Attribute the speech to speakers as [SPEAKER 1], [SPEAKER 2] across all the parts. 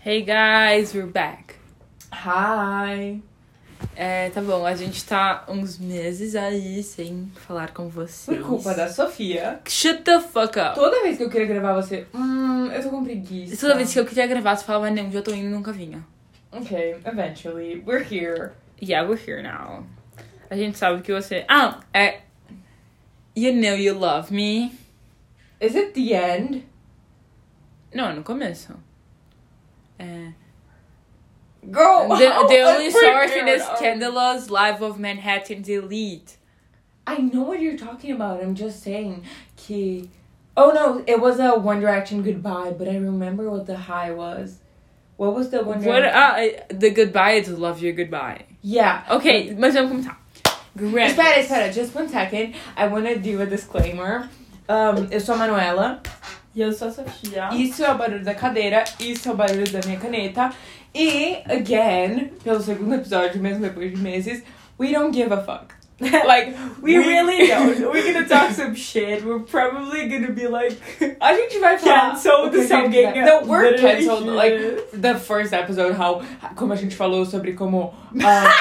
[SPEAKER 1] Hey guys, we're back.
[SPEAKER 2] Hi!
[SPEAKER 1] É, tá bom, a gente tá uns meses aí sem falar com vocês.
[SPEAKER 2] Por culpa da Sofia.
[SPEAKER 1] Shut the fuck up.
[SPEAKER 2] Toda vez que eu queria gravar você, hum, eu tô com preguiça.
[SPEAKER 1] Toda vez que eu queria gravar, você falava, não, já tô indo e nunca vinha.
[SPEAKER 2] Ok, eventually, we're here.
[SPEAKER 1] Yeah, we're here now. A gente sabe que você. Ah, é. You know you love me.
[SPEAKER 2] Is it the end?
[SPEAKER 1] Não, é no começo. É.
[SPEAKER 2] Girl!
[SPEAKER 1] The, the only
[SPEAKER 2] Oh, we're
[SPEAKER 1] source
[SPEAKER 2] here
[SPEAKER 1] in this
[SPEAKER 2] now.
[SPEAKER 1] scandalous life of Manhattan delete.
[SPEAKER 2] I know what you're talking about, I'm just saying que... Oh no, it was a One Direction goodbye, but I remember what the high was. What was the One
[SPEAKER 1] What,
[SPEAKER 2] Direction?
[SPEAKER 1] ah, the goodbye is love you goodbye.
[SPEAKER 2] Yeah.
[SPEAKER 1] Ok, mas vamos começar. Grammy.
[SPEAKER 2] Espera, espera, just one second. I want to do a disclaimer. Um, eu sou a Manuela.
[SPEAKER 3] E eu sou a Sofia.
[SPEAKER 2] Isso é o barulho da cadeira, isso é o barulho da minha caneta. E, again, pelo segundo episódio, mesmo depois de meses, we don't give a fuck. like,
[SPEAKER 3] We really don't. We're gonna talk some shit. We're probably gonna be like
[SPEAKER 2] A gente vai falar.
[SPEAKER 3] canceled
[SPEAKER 2] o que
[SPEAKER 3] se
[SPEAKER 2] a gente
[SPEAKER 3] alguém.
[SPEAKER 2] quiser. Não, we're
[SPEAKER 3] literally
[SPEAKER 2] canceled.
[SPEAKER 3] hear
[SPEAKER 2] Like,
[SPEAKER 3] it.
[SPEAKER 2] the first episode, how. Como a gente falou sobre como.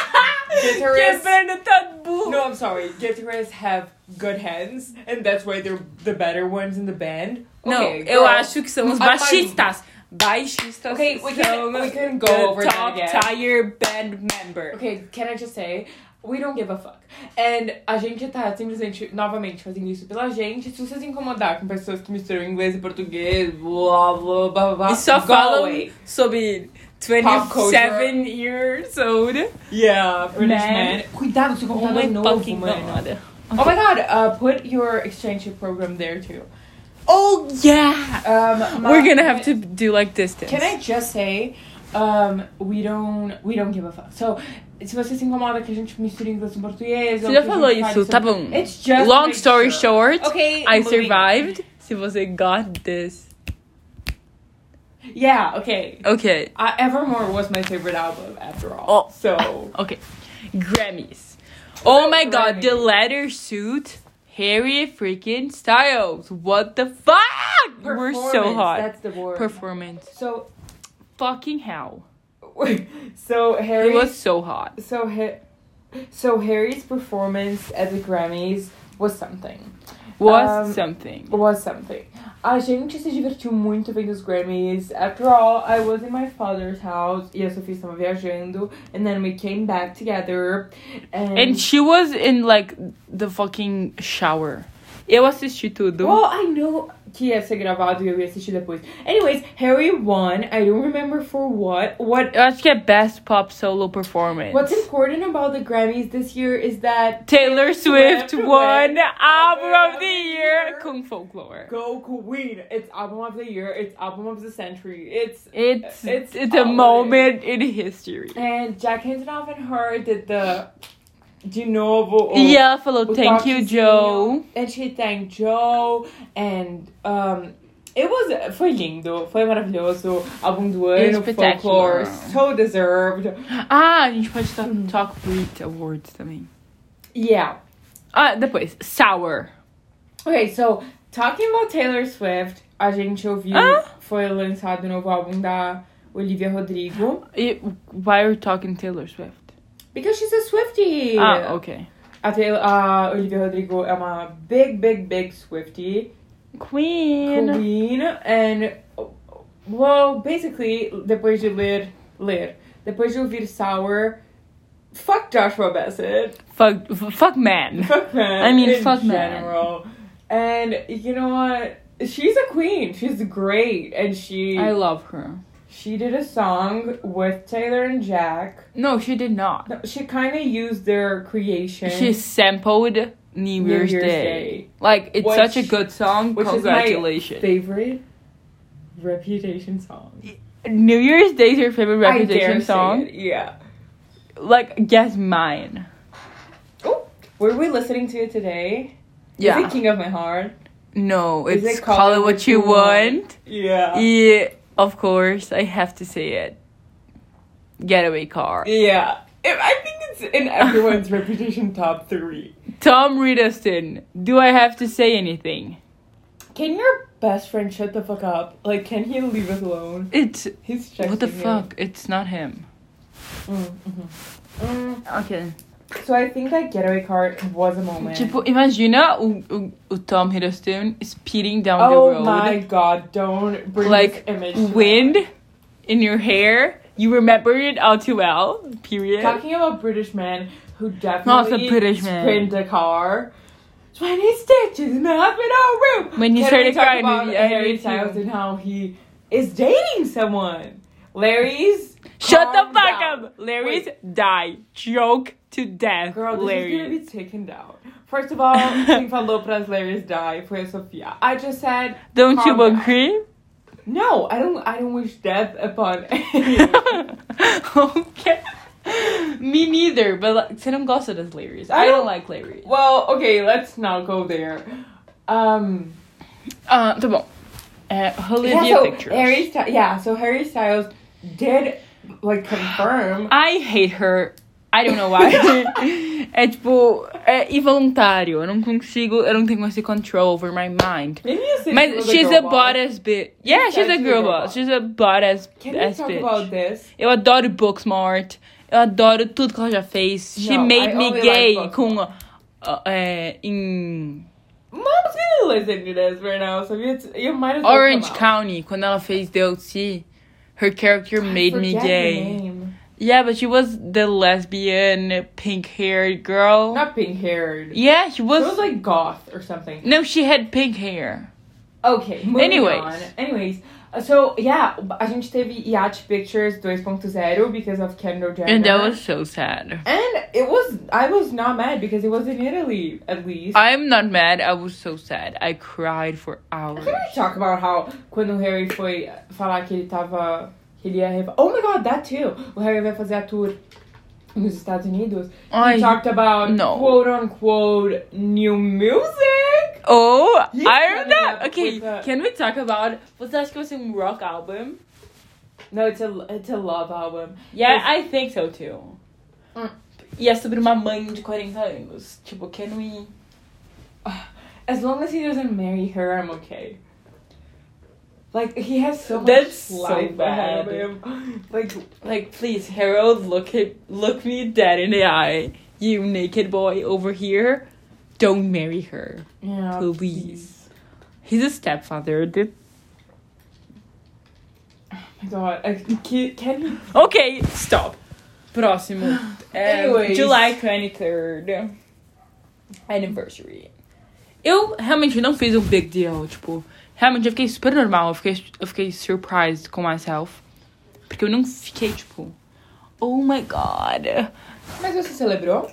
[SPEAKER 2] Uh, guitarists-
[SPEAKER 1] Quebrando tabu.
[SPEAKER 2] No, I'm sorry. Guitarists have good hands, and that's why they're the better ones in the band.
[SPEAKER 1] Não,
[SPEAKER 2] Okay,
[SPEAKER 1] eu
[SPEAKER 2] girl.
[SPEAKER 1] acho que são os
[SPEAKER 2] Ah, mas-
[SPEAKER 1] baixistas. Baixistas
[SPEAKER 2] Okay, we
[SPEAKER 1] são
[SPEAKER 2] can, we
[SPEAKER 1] os
[SPEAKER 2] can go
[SPEAKER 1] the
[SPEAKER 2] over that
[SPEAKER 1] top
[SPEAKER 2] again.
[SPEAKER 1] tier band member.
[SPEAKER 2] Okay, can I just say, we don't give a fuck. And a gente tá simplesmente, novamente, fazendo isso pela gente. Se você se incomodar com pessoas que misturam inglês e português, blá, blá, blá, blá,
[SPEAKER 1] E só
[SPEAKER 2] go
[SPEAKER 1] falam
[SPEAKER 2] away.
[SPEAKER 1] sobre
[SPEAKER 2] Pop culture.
[SPEAKER 1] 27 years old.
[SPEAKER 2] Yeah, British
[SPEAKER 1] Man.
[SPEAKER 2] man. Cuidado, seu computador é
[SPEAKER 1] Uma
[SPEAKER 2] novo,
[SPEAKER 1] fucking
[SPEAKER 2] mano.
[SPEAKER 1] God.
[SPEAKER 2] Oh my god, uh, put your exchange program there too.
[SPEAKER 1] Oh yeah!
[SPEAKER 2] Um,
[SPEAKER 1] We're
[SPEAKER 2] my-
[SPEAKER 1] gonna have to do like distance.
[SPEAKER 2] Can I just say, um, we don't, we don't give a fuck. So, se você se incomoda que a gente misture inglês com português... ou
[SPEAKER 1] Você já
[SPEAKER 2] que a
[SPEAKER 1] falou
[SPEAKER 2] gente fale
[SPEAKER 1] isso, tá
[SPEAKER 2] sobre-
[SPEAKER 1] bom.
[SPEAKER 2] It's just to
[SPEAKER 1] Long
[SPEAKER 2] make
[SPEAKER 1] story
[SPEAKER 2] sure.
[SPEAKER 1] short, I
[SPEAKER 2] Okay, moving on.
[SPEAKER 1] survived. Se você got this.
[SPEAKER 2] Yeah, okay.
[SPEAKER 1] Ok,
[SPEAKER 2] Uh, Evermore was my favorite album after all.
[SPEAKER 1] Oh.
[SPEAKER 2] So
[SPEAKER 1] ok. Grammys. Oh my god, the
[SPEAKER 2] Grammys?
[SPEAKER 1] leather suit. Harry freaking Styles. What the fuck? We're so
[SPEAKER 2] Performance,
[SPEAKER 1] hot.
[SPEAKER 2] That's the word.
[SPEAKER 1] Performance.
[SPEAKER 2] so
[SPEAKER 1] Fucking hell.
[SPEAKER 2] so
[SPEAKER 1] It
[SPEAKER 2] Harry
[SPEAKER 1] was so hot.
[SPEAKER 2] so ha- so Harry's performance at the Grammys was something.
[SPEAKER 1] Was
[SPEAKER 2] Um,
[SPEAKER 1] something.
[SPEAKER 2] Was something. A gente se divertiu muito vendo os Grammys. After all, I was in my father's house e a Sofia estava viajando. And then we came back together. And,
[SPEAKER 1] And she was in like the fucking shower. Eu assisti tudo.
[SPEAKER 2] Well, I know que ia ser gravado e eu ia assistir depois. Anyways, Harry won. I don't remember for what. What
[SPEAKER 1] Eu acho que é Best Pop Solo Performance.
[SPEAKER 2] What's important about the Grammys this year is that
[SPEAKER 1] Taylor Swift
[SPEAKER 2] Swift
[SPEAKER 1] won Album
[SPEAKER 2] won
[SPEAKER 1] of
[SPEAKER 2] Album
[SPEAKER 1] the
[SPEAKER 2] of the
[SPEAKER 1] Year
[SPEAKER 2] Year.
[SPEAKER 1] com Folklore.
[SPEAKER 2] Go Queen. It's album of the year. It's album of the century. It's
[SPEAKER 1] It's it's,
[SPEAKER 2] It's
[SPEAKER 1] a
[SPEAKER 2] all
[SPEAKER 1] moment in history.
[SPEAKER 2] and Jack Antonoff and her did the de novo. or-
[SPEAKER 1] E ela falou
[SPEAKER 2] o
[SPEAKER 1] Thank you,
[SPEAKER 2] toquezinho."
[SPEAKER 1] Joe.
[SPEAKER 2] And she thanked Joe and um. It was foi lindo, foi maravilhoso, álbum do ano,
[SPEAKER 1] Espetacular.
[SPEAKER 2] folklore, so deserved.
[SPEAKER 1] Ah, a gente pode to- Talk Brit Awards também.
[SPEAKER 2] Yeah.
[SPEAKER 1] Ah, depois. Sour.
[SPEAKER 2] Okay, so talking about Taylor Swift, a gente ouviu,
[SPEAKER 1] Ah?
[SPEAKER 2] foi lançado o novo álbum da Olivia Rodrigo.
[SPEAKER 1] E- why are you talking Taylor Swift?
[SPEAKER 2] Because she's a Swiftie.
[SPEAKER 1] Ah, ok.
[SPEAKER 2] A, Taylor, a Olivia Rodrigo é uma big, big, big Swiftie.
[SPEAKER 1] Queen.
[SPEAKER 2] Queen. And, well, basically, depois de ler, ler. Depois de ouvir Sour, fuck Joshua Bassett.
[SPEAKER 1] Fuck, f- fuck man.
[SPEAKER 2] Fuck men.
[SPEAKER 1] I mean,
[SPEAKER 2] in
[SPEAKER 1] fuck men.
[SPEAKER 2] general. And you know what? She's a queen. She's great. And she...
[SPEAKER 1] I love her.
[SPEAKER 2] She did a song with Taylor and Jack.
[SPEAKER 1] No, she did not.
[SPEAKER 2] No, She kind of used their creation,
[SPEAKER 1] She sampled New
[SPEAKER 2] New
[SPEAKER 1] Year's,
[SPEAKER 2] Year's
[SPEAKER 1] Day.
[SPEAKER 2] Day.
[SPEAKER 1] Like, it's
[SPEAKER 2] Which-
[SPEAKER 1] such a good song.
[SPEAKER 2] which is my
[SPEAKER 1] Congratulations.
[SPEAKER 2] favorite Reputation song.
[SPEAKER 1] New Year's Day is your favorite
[SPEAKER 2] I dare
[SPEAKER 1] Reputation
[SPEAKER 2] say
[SPEAKER 1] song?
[SPEAKER 2] it, Yeah.
[SPEAKER 1] Like, guess mine.
[SPEAKER 2] Oh, were we listening to it today? Is
[SPEAKER 1] Yeah.
[SPEAKER 2] it King of My Heart?
[SPEAKER 1] no,
[SPEAKER 2] Is
[SPEAKER 1] it's
[SPEAKER 2] it
[SPEAKER 1] Call It What You Want.
[SPEAKER 2] Yeah.
[SPEAKER 1] Yeah, of course, I have to say it. Getaway Car.
[SPEAKER 2] Yeah. It- I think it's in everyone's Reputation top three.
[SPEAKER 1] Tom Hiddleston. Do I have to say anything?
[SPEAKER 2] Can your best friend, shut the fuck up. Like, can he leave us alone?
[SPEAKER 1] It's
[SPEAKER 2] He's checking
[SPEAKER 1] what the
[SPEAKER 2] you.
[SPEAKER 1] fuck? It's not him.
[SPEAKER 2] Mm, mhm. Hum,
[SPEAKER 1] Ok.
[SPEAKER 2] so I think that getaway car was a moment.
[SPEAKER 1] Tipo, imagina o, o, o Tom Hiddleston speeding down
[SPEAKER 2] oh
[SPEAKER 1] the road.
[SPEAKER 2] my god, don't bring
[SPEAKER 1] Like,
[SPEAKER 2] this image. to
[SPEAKER 1] Wind
[SPEAKER 2] life.
[SPEAKER 1] in your hair. You remember it all too well. Period.
[SPEAKER 2] Talking about British men who definitely
[SPEAKER 1] British man.
[SPEAKER 2] sprint a car. Twenty stitches in the hospital room.
[SPEAKER 1] When you
[SPEAKER 2] Can
[SPEAKER 1] started
[SPEAKER 2] we talk
[SPEAKER 1] crying,
[SPEAKER 2] about
[SPEAKER 1] yeah,
[SPEAKER 2] Harry
[SPEAKER 1] me too.
[SPEAKER 2] Styles and how he is dating someone. Larry's.
[SPEAKER 1] Shut the
[SPEAKER 2] calm
[SPEAKER 1] fuck
[SPEAKER 2] down.
[SPEAKER 1] up. Larry's die. Joke to death.
[SPEAKER 2] Girl, this
[SPEAKER 1] Larry.
[SPEAKER 2] is gonna be taken down. First of all, quem falou pras Larry's die foi a Sofia. I just said
[SPEAKER 1] Don't
[SPEAKER 2] calm
[SPEAKER 1] you
[SPEAKER 2] down.
[SPEAKER 1] agree?
[SPEAKER 2] no. I don't. I don't wish death upon. anyone.
[SPEAKER 1] okay. Me neither, but like, você não gosta das Larrys. I don't like Larry.
[SPEAKER 2] well, okay, let's not go there. Um.
[SPEAKER 1] Ah, tá bom. É, Uh, Olivia
[SPEAKER 2] yeah, so
[SPEAKER 1] Pictures.
[SPEAKER 2] Harry Sty- yeah, so Harry Styles did like confirm.
[SPEAKER 1] I hate her. I don't know why. é tipo, é involuntário. Eu não consigo, eu não tenho esse control over my mind.
[SPEAKER 2] Didn't you say she
[SPEAKER 1] Mas
[SPEAKER 2] was
[SPEAKER 1] she's
[SPEAKER 2] girl
[SPEAKER 1] a butt
[SPEAKER 2] boss?
[SPEAKER 1] ass bitch. Yeah, she's a girl boss. She's a butt ass,
[SPEAKER 2] Can we
[SPEAKER 1] ass
[SPEAKER 2] talk
[SPEAKER 1] bitch.
[SPEAKER 2] about this?
[SPEAKER 1] Eu adoro Booksmart. Eu adoro tudo que ela já fez. She
[SPEAKER 2] No,
[SPEAKER 1] made
[SPEAKER 2] I
[SPEAKER 1] me
[SPEAKER 2] only
[SPEAKER 1] gay
[SPEAKER 2] like
[SPEAKER 1] com. ah, é, em
[SPEAKER 2] Mom's gonna listen to this right now, so you, you might as well.
[SPEAKER 1] Orange
[SPEAKER 2] come out.
[SPEAKER 1] County, quando ela fez DLC, her character made me
[SPEAKER 2] Forget the
[SPEAKER 1] gay.
[SPEAKER 2] name.
[SPEAKER 1] Yeah, but she was the lesbian, pink haired girl.
[SPEAKER 2] Not pink haired.
[SPEAKER 1] Yeah, she
[SPEAKER 2] It
[SPEAKER 1] was.
[SPEAKER 2] was like goth or something.
[SPEAKER 1] no, she had pink hair.
[SPEAKER 2] Okay, moving
[SPEAKER 1] Anyways.
[SPEAKER 2] on. Anyways, uh, so yeah, a gente teve Yacht Pictures 2.0 because of Kendall Jenner.
[SPEAKER 1] And that was so sad.
[SPEAKER 2] And it was I was not mad because it was in Italy at least.
[SPEAKER 1] I'm not mad, I was so sad. I cried for
[SPEAKER 2] Can
[SPEAKER 1] hours.
[SPEAKER 2] we talk about how quando o Harry foi falar que ele tava que ele ia rev- Oh my god, that too. O Harry vai fazer a tour nos Estados Unidos.
[SPEAKER 1] Ai,
[SPEAKER 2] He talked about
[SPEAKER 1] no.
[SPEAKER 2] quote unquote new music.
[SPEAKER 1] Oh, I
[SPEAKER 2] He's coming up
[SPEAKER 1] remember. Okay,
[SPEAKER 2] with a-
[SPEAKER 1] can we talk about. Você acha que vai ser um rock album?
[SPEAKER 2] No, it's a it's a love album.
[SPEAKER 1] Yeah,
[SPEAKER 2] Yes.
[SPEAKER 1] I think so too.
[SPEAKER 2] Hum.
[SPEAKER 1] E é sobre uma mãe de 40 anos. Tipo, can we.
[SPEAKER 2] As long as he doesn't marry her, I'm okay. Like he has so much
[SPEAKER 1] That's so
[SPEAKER 2] life ahead of
[SPEAKER 1] bad.
[SPEAKER 2] him. Like
[SPEAKER 1] Like, please, Harold, look it, look me dead in the eye. You naked boy over here. Don't marry her.
[SPEAKER 2] yeah,
[SPEAKER 1] Please. He's a stepfather. Did-
[SPEAKER 2] Oh my god, I, can, can he
[SPEAKER 1] Ok, stop. Próximo. É,
[SPEAKER 2] Anyways.
[SPEAKER 1] July 23rd. Anniversary. Eu realmente não fiz um big deal, tipo... Realmente eu fiquei super normal, eu fiquei, eu fiquei surprised com myself. Porque eu não fiquei, tipo... Oh my god.
[SPEAKER 2] Mas você celebrou?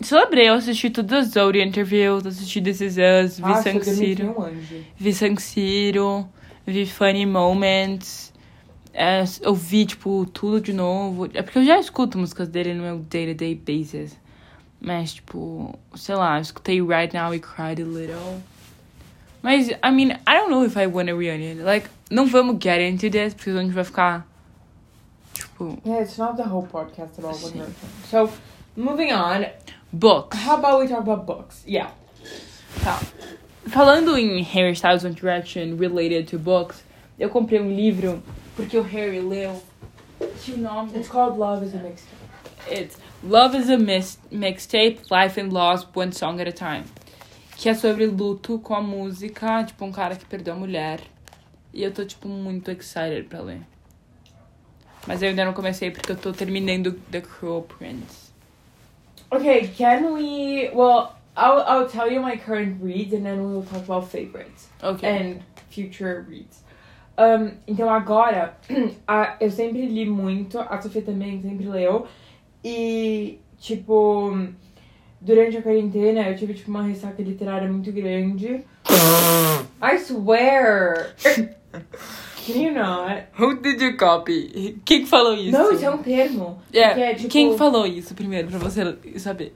[SPEAKER 1] Celebrei, eu assisti todas as Zoe interviews, assisti This Is Us, vi
[SPEAKER 2] Ah,
[SPEAKER 1] San
[SPEAKER 2] você dormiu que
[SPEAKER 1] Siro,
[SPEAKER 2] nem um anjo.
[SPEAKER 1] vi San Siro, vi Funny Moments, é, ouvi, tipo, tudo de novo. É porque eu já escuto músicas dele no meu day-to-day basis. Mas, tipo, sei lá, eu escutei Right Now e Cried a Little. Mas, I mean, I don't know if I want a reunion. Like, não vamos get into this, porque senão a gente vai ficar, tipo...
[SPEAKER 2] Yeah, it's not the whole podcast at all. wasn't
[SPEAKER 1] Sim.
[SPEAKER 2] it? So, moving on.
[SPEAKER 1] Books.
[SPEAKER 2] How about we talk about books? Yeah.
[SPEAKER 1] Tá. Falando em Harry Styles and Direction related to books, eu comprei um livro porque o Harry leu. Que o nome?
[SPEAKER 2] It's called Love is a Mixtape.
[SPEAKER 1] It's Love is a Mis- Mixtape, Life and Loss, One Song at a Time. Que é sobre luto com a música, tipo, um cara que perdeu a mulher. E eu tô, tipo, muito excited pra ler. Mas eu ainda não comecei porque eu tô terminando The Cruel Prince.
[SPEAKER 2] Okay, can we. Well, I'll, I'll tell you my current reads and then we'll talk about favorites.
[SPEAKER 1] Ok.
[SPEAKER 2] and future reads. Um, então agora, a- eu sempre li muito, a Sofia também sempre leu, e tipo, durante a quarentena eu tive tipo uma ressaca literária muito grande. I swear! Can you not?
[SPEAKER 1] Who did you copy? Quem que falou isso?
[SPEAKER 2] Não, isso é um termo.
[SPEAKER 1] Yeah.
[SPEAKER 2] Que é, tipo-
[SPEAKER 1] Quem falou isso primeiro pra você saber?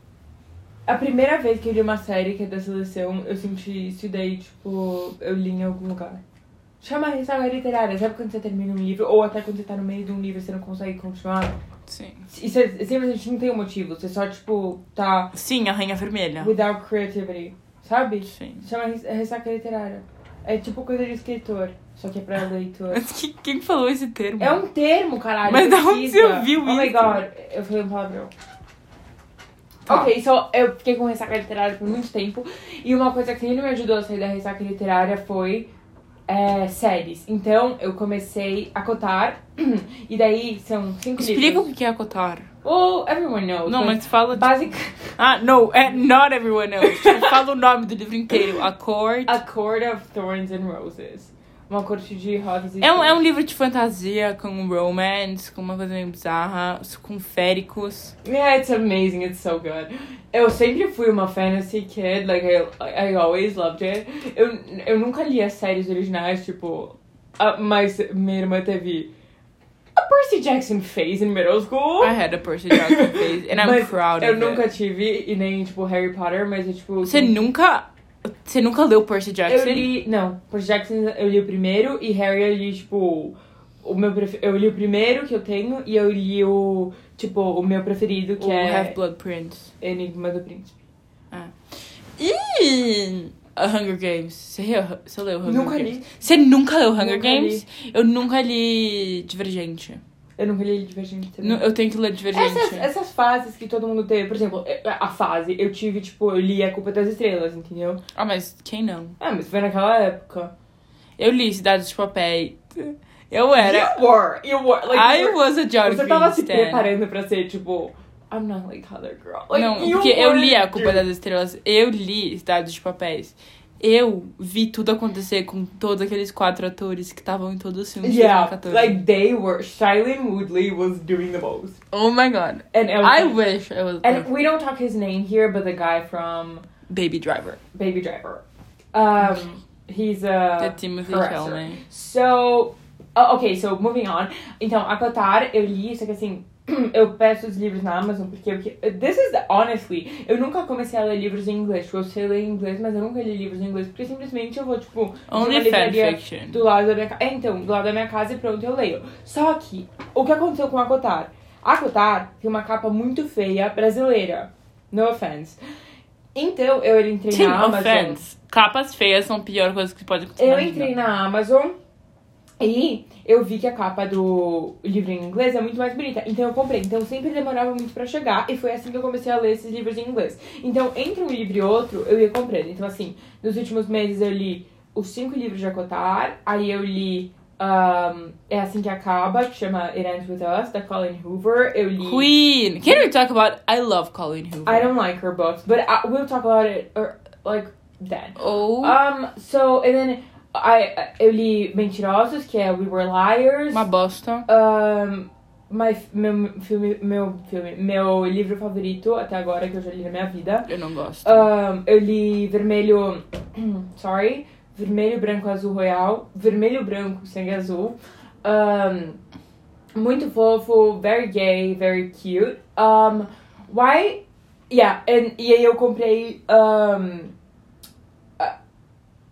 [SPEAKER 2] A primeira vez que eu li uma série que é da seleção, eu senti isso e daí, tipo, eu li em algum lugar. Chama ressaca literária, sabe quando você termina um livro, ou até quando você tá no meio de um livro e você não consegue continuar?
[SPEAKER 1] Sim.
[SPEAKER 2] E você simplesmente não tem um motivo, você só, tipo, tá
[SPEAKER 1] Sim, a Rainha Vermelha.
[SPEAKER 2] without creativity, sabe?
[SPEAKER 1] Sim.
[SPEAKER 2] Chama res- ressaca literária. É tipo coisa de escritor, só que é pra leitor.
[SPEAKER 1] Mas que- quem falou esse termo?
[SPEAKER 2] É um termo, caralho.
[SPEAKER 1] Mas da onde
[SPEAKER 2] pesquisa.
[SPEAKER 1] você ouviu
[SPEAKER 2] Oh my
[SPEAKER 1] isso?
[SPEAKER 2] god, eu falei um palavrão.
[SPEAKER 1] Tá.
[SPEAKER 2] Ok, so eu fiquei com ressaca literária por muito tempo. E uma coisa que sempre me ajudou a sair da ressaca literária foi é, séries. Então eu comecei a cotar. E daí são cinco
[SPEAKER 1] Explica
[SPEAKER 2] livros.
[SPEAKER 1] o que é acotar.
[SPEAKER 2] Oh, everyone knows.
[SPEAKER 1] Não, mas fala.
[SPEAKER 2] Basic
[SPEAKER 1] Ah, no, é not everyone else. Tipo, fala o nome do livro inteiro. A Court.
[SPEAKER 2] A Court of Thorns and Roses. Uma corte de rosas e
[SPEAKER 1] É um, é
[SPEAKER 2] flores.
[SPEAKER 1] um livro de fantasia com romance, com uma coisa meio bizarra, com féricos.
[SPEAKER 2] Yeah, it's amazing. It's so good. Eu sempre fui uma fantasy kid. Like, I, I always loved it. Eu, eu nunca li as séries originais, tipo... A, mas minha irmã teve... A Percy Jackson phase in middle school.
[SPEAKER 1] I had a Percy Jackson phase, and I'm
[SPEAKER 2] Oh. Mas
[SPEAKER 1] proud
[SPEAKER 2] eu
[SPEAKER 1] of
[SPEAKER 2] nunca
[SPEAKER 1] it.
[SPEAKER 2] tive. E nem, tipo, Harry Potter. Mas, eu, tipo...
[SPEAKER 1] Você nunca... Você nunca leu Percy
[SPEAKER 2] Eu
[SPEAKER 1] Jackson?
[SPEAKER 2] li... Não. Percy Jackson eu li o primeiro. E Harry eu li, tipo... O meu prefe- Eu li o primeiro que eu tenho. E eu li o... Tipo, o meu preferido, que
[SPEAKER 1] o
[SPEAKER 2] é...
[SPEAKER 1] Half-Blood Prince. Ah.
[SPEAKER 2] Enigma do Príncipe.
[SPEAKER 1] E... A Hunger Games. Você, re- você leu Hunger
[SPEAKER 2] Nunca
[SPEAKER 1] Games?
[SPEAKER 2] li.
[SPEAKER 1] Você nunca leu Hunger
[SPEAKER 2] Nunca
[SPEAKER 1] Games? Eu nunca li Divergente.
[SPEAKER 2] Eu nunca li Divergente também.
[SPEAKER 1] Nu- Eu tenho que ler Divergente.
[SPEAKER 2] Essas, essas fases que todo mundo teve, por exemplo, a fase, eu tive, tipo, eu li A Culpa das Estrelas, entendeu?
[SPEAKER 1] Ah, mas quem não?
[SPEAKER 2] Ah, mas foi naquela época.
[SPEAKER 1] Eu li Cidades de Papéis. Eu era...
[SPEAKER 2] You were, you were, like,
[SPEAKER 1] I
[SPEAKER 2] you were-
[SPEAKER 1] was a John
[SPEAKER 2] Você tava se
[SPEAKER 1] Green Stan.
[SPEAKER 2] preparando pra ser, tipo, I'm not like other girl. Like,
[SPEAKER 1] não,
[SPEAKER 2] you
[SPEAKER 1] porque eu li
[SPEAKER 2] were-
[SPEAKER 1] A Culpa das Estrelas, eu li Cidade de Papéis. Eu vi tudo acontecer com todos aqueles quatro atores que estavam em todos os filmes
[SPEAKER 2] Yeah,
[SPEAKER 1] de 2014.
[SPEAKER 2] like they were, Shailene Woodley was doing the most.
[SPEAKER 1] oh my god.
[SPEAKER 2] And, Elton-
[SPEAKER 1] I wish I was
[SPEAKER 2] and we don't talk his name here, but the guy from
[SPEAKER 1] Baby Driver.
[SPEAKER 2] Baby Driver. Um, he's a...
[SPEAKER 1] da Timothy
[SPEAKER 2] harasser.
[SPEAKER 1] Chalamet.
[SPEAKER 2] So, ah, ok, so moving on. Então, a Cotar, eu li, só que assim, eu peço os livros na Amazon, porque eu, que- this is, honestly, eu nunca comecei a ler livros em inglês. Tipo, eu sei ler inglês, mas eu nunca li livros em inglês, porque simplesmente eu vou, tipo,
[SPEAKER 1] Only
[SPEAKER 2] uma livraria
[SPEAKER 1] fanfiction.
[SPEAKER 2] do lado da minha casa. É, então, do lado da minha casa e pronto, eu leio. Só que, o que aconteceu com a Cotar? A Cotar tem uma capa muito feia brasileira. No offense. Então, eu entrei
[SPEAKER 1] Sim,
[SPEAKER 2] na Amazon.
[SPEAKER 1] offense. Capas feias são a pior coisa que pode acontecer.
[SPEAKER 2] Eu
[SPEAKER 1] na vida.
[SPEAKER 2] entrei na Amazon e eu vi que a capa do livro em inglês é muito mais bonita. Então eu comprei. Então sempre demorava muito pra chegar. E foi assim que eu comecei a ler esses livros em inglês. Então, entre um livro e outro, eu ia comprando. Então, assim, nos últimos meses eu li os cinco livros de Acotar. Aí eu li um, É Assim Que Acaba, que chama It Ends With Us, da Colin Hoover. Eu li...
[SPEAKER 1] Queen. Can we talk about I love Colleen Hoover?
[SPEAKER 2] I don't like her books, but I, we'll talk about it or, like then.
[SPEAKER 1] Ou
[SPEAKER 2] Um, so, and then I, eu li Mentirosos, que é We Were Liars.
[SPEAKER 1] uma bosta.
[SPEAKER 2] Um, my, meu, filme, meu filme, meu livro favorito até agora que eu já li na minha vida.
[SPEAKER 1] Eu não gosto.
[SPEAKER 2] Um, eu li Vermelho, sorry, Vermelho, Branco, Azul Royal, Vermelho, Branco, Sangue Azul. Um, muito fofo, very gay, very cute. Um, why? Yeah, and, e aí eu comprei um, a,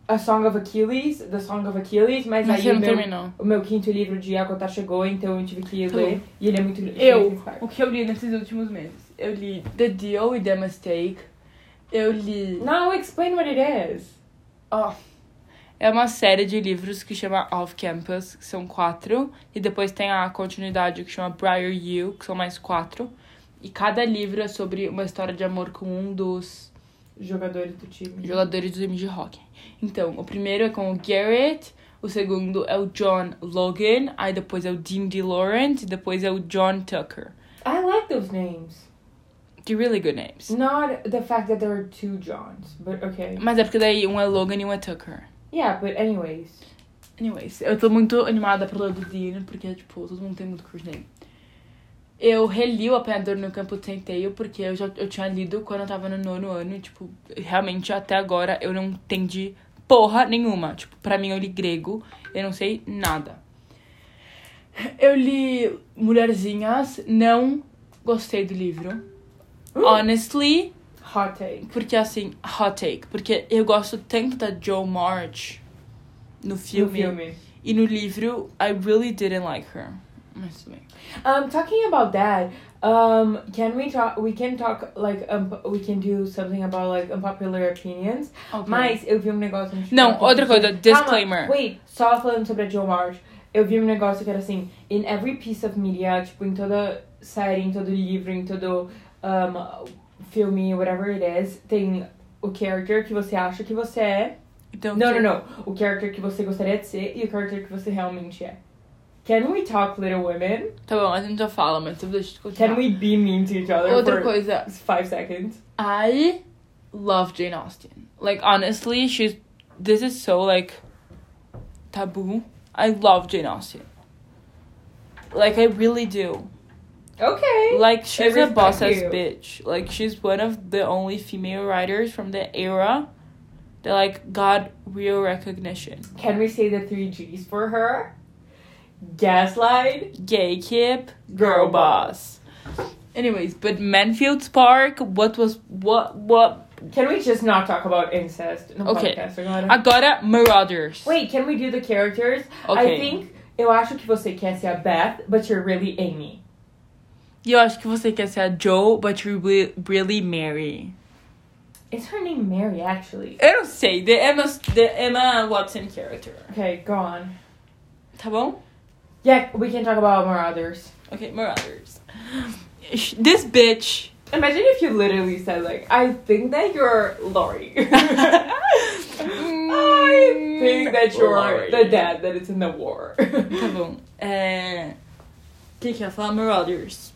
[SPEAKER 2] a Song of Achilles, The Song of Achilles, mas,
[SPEAKER 1] mas
[SPEAKER 2] aí
[SPEAKER 1] você
[SPEAKER 2] o
[SPEAKER 1] não
[SPEAKER 2] meu,
[SPEAKER 1] terminou.
[SPEAKER 2] o meu quinto livro de Acotar chegou, então eu tive que
[SPEAKER 1] Tá
[SPEAKER 2] ler. E ele é muito
[SPEAKER 1] Eu,
[SPEAKER 2] muito inspiring.
[SPEAKER 1] o que eu li nesses últimos meses? Eu li The Deal e The Mistake. Eu li.
[SPEAKER 2] Now explain what it is.
[SPEAKER 1] ó, É uma série de livros que chama Off Campus, que são quatro. E depois tem a continuidade que chama Prior You, que são mais quatro. E cada livro é sobre uma história de amor com um dos
[SPEAKER 2] Jogadores do time.
[SPEAKER 1] jogadores do time de hockey. Então, o primeiro é com o Garrett, o segundo é o John Logan, aí depois é o Dean DeLaurent, e depois é o John Tucker.
[SPEAKER 2] I like those names.
[SPEAKER 1] Que really good names.
[SPEAKER 2] Not the fact that there are two Johns, but okay.
[SPEAKER 1] Mas é porque daí um é Logan e um é Tucker.
[SPEAKER 2] Yeah, but anyways.
[SPEAKER 1] Anyways, eu tô muito animada pra ler do Dean, porque, tipo, todo mundo tem muito curso nele. Eu reli o Apanhador no Campo do Centeio, porque eu já eu tinha lido quando eu tava no nono ano, e, tipo, realmente até agora eu não entendi porra nenhuma. Tipo, pra mim eu li grego, eu não sei nada. Eu li Mulherzinhas, não gostei do livro.
[SPEAKER 2] Uh!
[SPEAKER 1] Honestly,
[SPEAKER 2] Hot take.
[SPEAKER 1] porque assim, hot take. Porque eu gosto tanto da Joe March no
[SPEAKER 2] No
[SPEAKER 1] filme. E no livro, I really didn't like her. Mas tudo bem.
[SPEAKER 2] Um, talking about that, um, can we talk? We can talk like um, we can do something about like unpopular opinions.
[SPEAKER 1] Ok.
[SPEAKER 2] Mas eu vi um negócio. no
[SPEAKER 1] Não,
[SPEAKER 2] TikTok
[SPEAKER 1] outra
[SPEAKER 2] que-
[SPEAKER 1] coisa, disclaimer.
[SPEAKER 2] Calma, wait, só falando sobre a Joe March, eu vi um negócio que era assim: in every piece of media, tipo, em toda série, em todo livro, em todo um, filme, whatever it is, tem o character que você acha que você é.
[SPEAKER 1] Então,
[SPEAKER 2] Não,
[SPEAKER 1] que-
[SPEAKER 2] não, não. O character que você gostaria de ser e o character que você realmente é. Can we talk, Little Women?
[SPEAKER 1] Tá bom, a gente já fala, mas deixa eu te
[SPEAKER 2] Can
[SPEAKER 1] continuar.
[SPEAKER 2] we be mean to each other
[SPEAKER 1] Tá. Outra
[SPEAKER 2] for
[SPEAKER 1] coisa,
[SPEAKER 2] five seconds?
[SPEAKER 1] I love Jane Austen. Like honestly, she's this is so like taboo. I love Jane Austen. Like I really do.
[SPEAKER 2] Okay.
[SPEAKER 1] Like she's a
[SPEAKER 2] respect
[SPEAKER 1] boss ass
[SPEAKER 2] you.
[SPEAKER 1] bitch. Like she's one of the only female writers from the era that like got real recognition.
[SPEAKER 2] Can we say the three G's for her? Gaslight,
[SPEAKER 1] Gay kip, girl boss. Anyways, but Manfield's Park, what was what what
[SPEAKER 2] Can we just not talk about incest no
[SPEAKER 1] Okay.
[SPEAKER 2] podcast? We're gonna-
[SPEAKER 1] agora Marauders.
[SPEAKER 2] Wait, can we do the characters? I think eu acho que você quer ser a Beth, but you're really Amy.
[SPEAKER 1] E eu acho que você quer ser a Joe, but you re- really Mary.
[SPEAKER 2] Is her name Mary actually?
[SPEAKER 1] Eu não sei, the Emma, the Emma Watson character.
[SPEAKER 2] Okay, go on.
[SPEAKER 1] Tá bom?
[SPEAKER 2] Yeah, we can talk about Marauders.
[SPEAKER 1] Ok, Marauders. Sh- This bitch.
[SPEAKER 2] Imagine if you literally said like, I think that you're Lori.
[SPEAKER 1] Mm.
[SPEAKER 2] I think that you're
[SPEAKER 1] Lori.
[SPEAKER 2] the dad that is in the war.
[SPEAKER 1] Tá bom. É... Quem que ia falar? Marauders.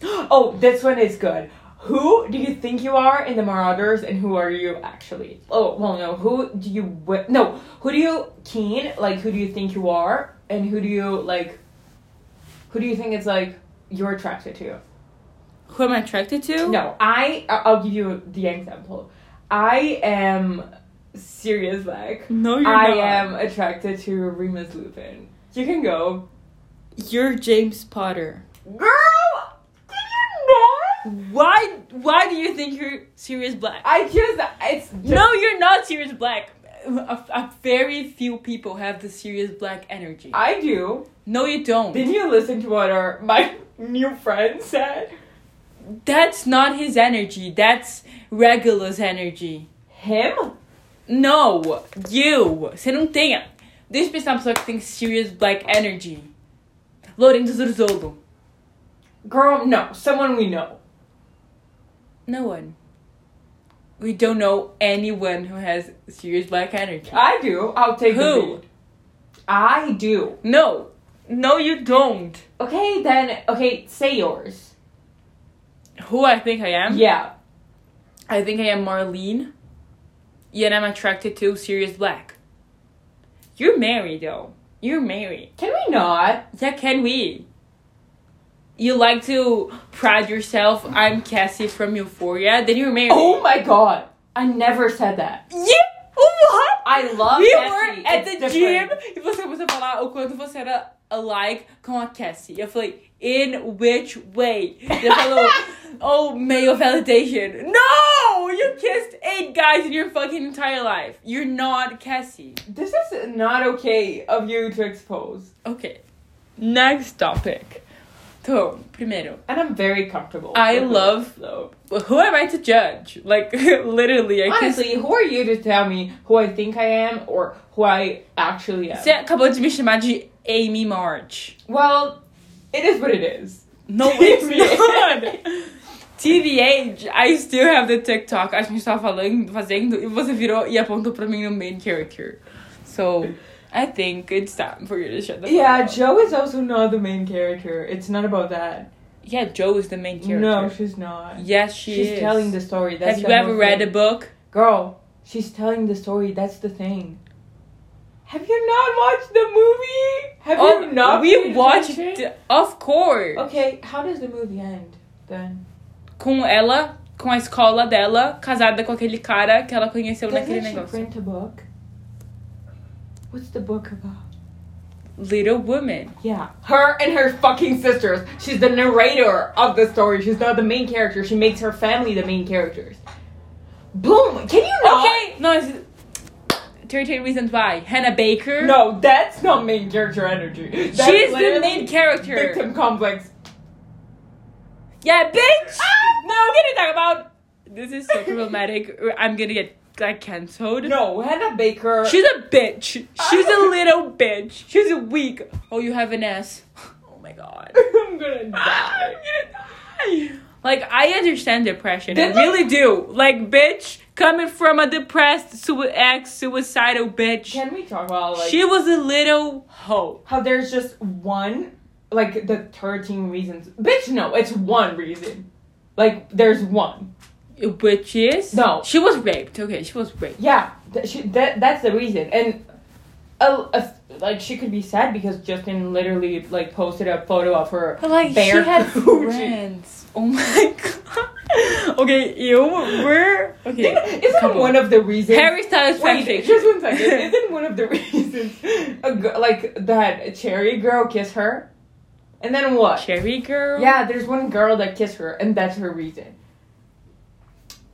[SPEAKER 2] Oh, this one is good. Who do you think you are in the Marauders, and who are you actually? Oh, well, no. Who do you wi- no? Who do you keen like? Who do you think you are, and who do you like? Who do you think it's like you're attracted to?
[SPEAKER 1] Who am I attracted to?
[SPEAKER 2] No, I. I- I'll give you the example. I am serious like.
[SPEAKER 1] No, you're
[SPEAKER 2] I
[SPEAKER 1] not.
[SPEAKER 2] am attracted to Remus Lupin. You can go,
[SPEAKER 1] You're James Potter.
[SPEAKER 2] girl. Did you not?
[SPEAKER 1] Why, why do you think you're Sirius Black?
[SPEAKER 2] I just it's just,
[SPEAKER 1] No, you're not serious black. A, a very few people have the serious black energy.
[SPEAKER 2] I do.
[SPEAKER 1] no, you don't.
[SPEAKER 2] Did you listen to what our my new friend said?
[SPEAKER 1] That's not his energy. That's Regulus energy.
[SPEAKER 2] Him?
[SPEAKER 1] No, you. Você não tem. a- Deixa eu pensar uma pessoa que tem serious black energy. Lorenzo Zurzolo.
[SPEAKER 2] Girl, no. Someone we know.
[SPEAKER 1] No one. We don't know anyone who has serious black energy.
[SPEAKER 2] I do. I'll take the
[SPEAKER 1] Who?
[SPEAKER 2] lead. I do.
[SPEAKER 1] No. No, you don't.
[SPEAKER 2] Okay, then. Okay, say yours.
[SPEAKER 1] Who I think I am?
[SPEAKER 2] Yeah.
[SPEAKER 1] I think I am Marlene. Yet I'm attracted to Sirius Black. You're married though. You're married.
[SPEAKER 2] Can we not?
[SPEAKER 1] Yeah, can we? You like to pride yourself. I'm Cassie from Euphoria. Then you're married.
[SPEAKER 2] Oh my god. I never said that.
[SPEAKER 1] yeah. oh What?
[SPEAKER 2] I love
[SPEAKER 1] we
[SPEAKER 2] Cassie.
[SPEAKER 1] were at
[SPEAKER 2] It's
[SPEAKER 1] the
[SPEAKER 2] different.
[SPEAKER 1] gym e você começou a falar o quanto você era alike com a Cassie. Eu falei, in which way? Ele falou, oh, male validation. No! You kissed eight guys in your fucking entire life. You're not Cassie.
[SPEAKER 2] This is not okay of you to expose.
[SPEAKER 1] Okay. Next topic. Então, primeiro,
[SPEAKER 2] And I'm very comfortable.
[SPEAKER 1] I
[SPEAKER 2] with
[SPEAKER 1] love-
[SPEAKER 2] this, though.
[SPEAKER 1] who am I to judge? Like, literally, I kissed...
[SPEAKER 2] Honestly, who are you to tell me who I think I am or who I actually am?
[SPEAKER 1] Você acabou de me chamar de Amy March.
[SPEAKER 2] Well, it is what it is.
[SPEAKER 1] No, it's
[SPEAKER 2] TBH.
[SPEAKER 1] not. TBH, I still have the TikTok. A gente tava falando, fazendo, e você virou e apontou pra mim no main character. So, I think it's time for you to shut the fuck
[SPEAKER 2] Yeah,
[SPEAKER 1] up.
[SPEAKER 2] Joe is also not the main character. It's not about that.
[SPEAKER 1] yeah, Joe is the main character.
[SPEAKER 2] No, she's not.
[SPEAKER 1] Yes, she
[SPEAKER 2] she's
[SPEAKER 1] is.
[SPEAKER 2] telling the story. That's
[SPEAKER 1] Have
[SPEAKER 2] the
[SPEAKER 1] you ever
[SPEAKER 2] whole
[SPEAKER 1] read a
[SPEAKER 2] thing.
[SPEAKER 1] book?
[SPEAKER 2] Girl, she's telling the story. That's the thing. Have you not watched the movie? Have you not?
[SPEAKER 1] Oh, we
[SPEAKER 2] paid
[SPEAKER 1] watched,
[SPEAKER 2] attention?
[SPEAKER 1] of course.
[SPEAKER 2] Okay, how does the movie end then?
[SPEAKER 1] Com ela, com a escola dela, casada com aquele cara que ela conheceu naquele
[SPEAKER 2] Doesn't she
[SPEAKER 1] negócio.
[SPEAKER 2] print a book? What's the book about?
[SPEAKER 1] Little Woman.
[SPEAKER 2] Yeah, her and her fucking sisters. She's the narrator of the story. She's not the main character. She makes Oh. her family the main characters. Boom! Can you not?
[SPEAKER 1] Okay, no, it's 13 Reasons Why. Hannah Baker.
[SPEAKER 2] No, that's not main character energy. That's
[SPEAKER 1] She's the
[SPEAKER 2] literally
[SPEAKER 1] main character.
[SPEAKER 2] Victim complex.
[SPEAKER 1] Yeah, bitch!
[SPEAKER 2] Ah!
[SPEAKER 1] No, we're gonna talk about. This is so problematic. I'm gonna get like canceled.
[SPEAKER 2] No, Ah. Hannah Baker.
[SPEAKER 1] She's a bitch. She's a little bitch. She's weak. Oh, you have an ass. Oh my god.
[SPEAKER 2] I'm gonna
[SPEAKER 1] I'm
[SPEAKER 2] die.
[SPEAKER 1] gonna die. Like I understand depression,
[SPEAKER 2] Did
[SPEAKER 1] I really do. Like, bitch, coming from a depressed sui- ex suicidal bitch,
[SPEAKER 2] Can we talk about like
[SPEAKER 1] she was a little hoe.
[SPEAKER 2] how there's just one, like the 13 reasons? Bitch, no, it's one reason. Like there's one.
[SPEAKER 1] Which is
[SPEAKER 2] No.
[SPEAKER 1] she was raped. Okay, she was raped.
[SPEAKER 2] Yeah, th- she, that that's the reason. And a, a, like she could be sad because Justin literally like posted a photo of her.
[SPEAKER 1] But like
[SPEAKER 2] Bear
[SPEAKER 1] she had
[SPEAKER 2] coochie.
[SPEAKER 1] friends. Oh my god. Okay, you were okay.
[SPEAKER 2] Isn't
[SPEAKER 1] come on.
[SPEAKER 2] one of the reasons?
[SPEAKER 1] Harry Styles
[SPEAKER 2] Wait,
[SPEAKER 1] fanfic.
[SPEAKER 2] just one second. Isn't one of the reasons a g- like that cherry girl kiss her, and then what?
[SPEAKER 1] Cherry girl.
[SPEAKER 2] Yeah, there's one girl that kissed her, and that's her reason.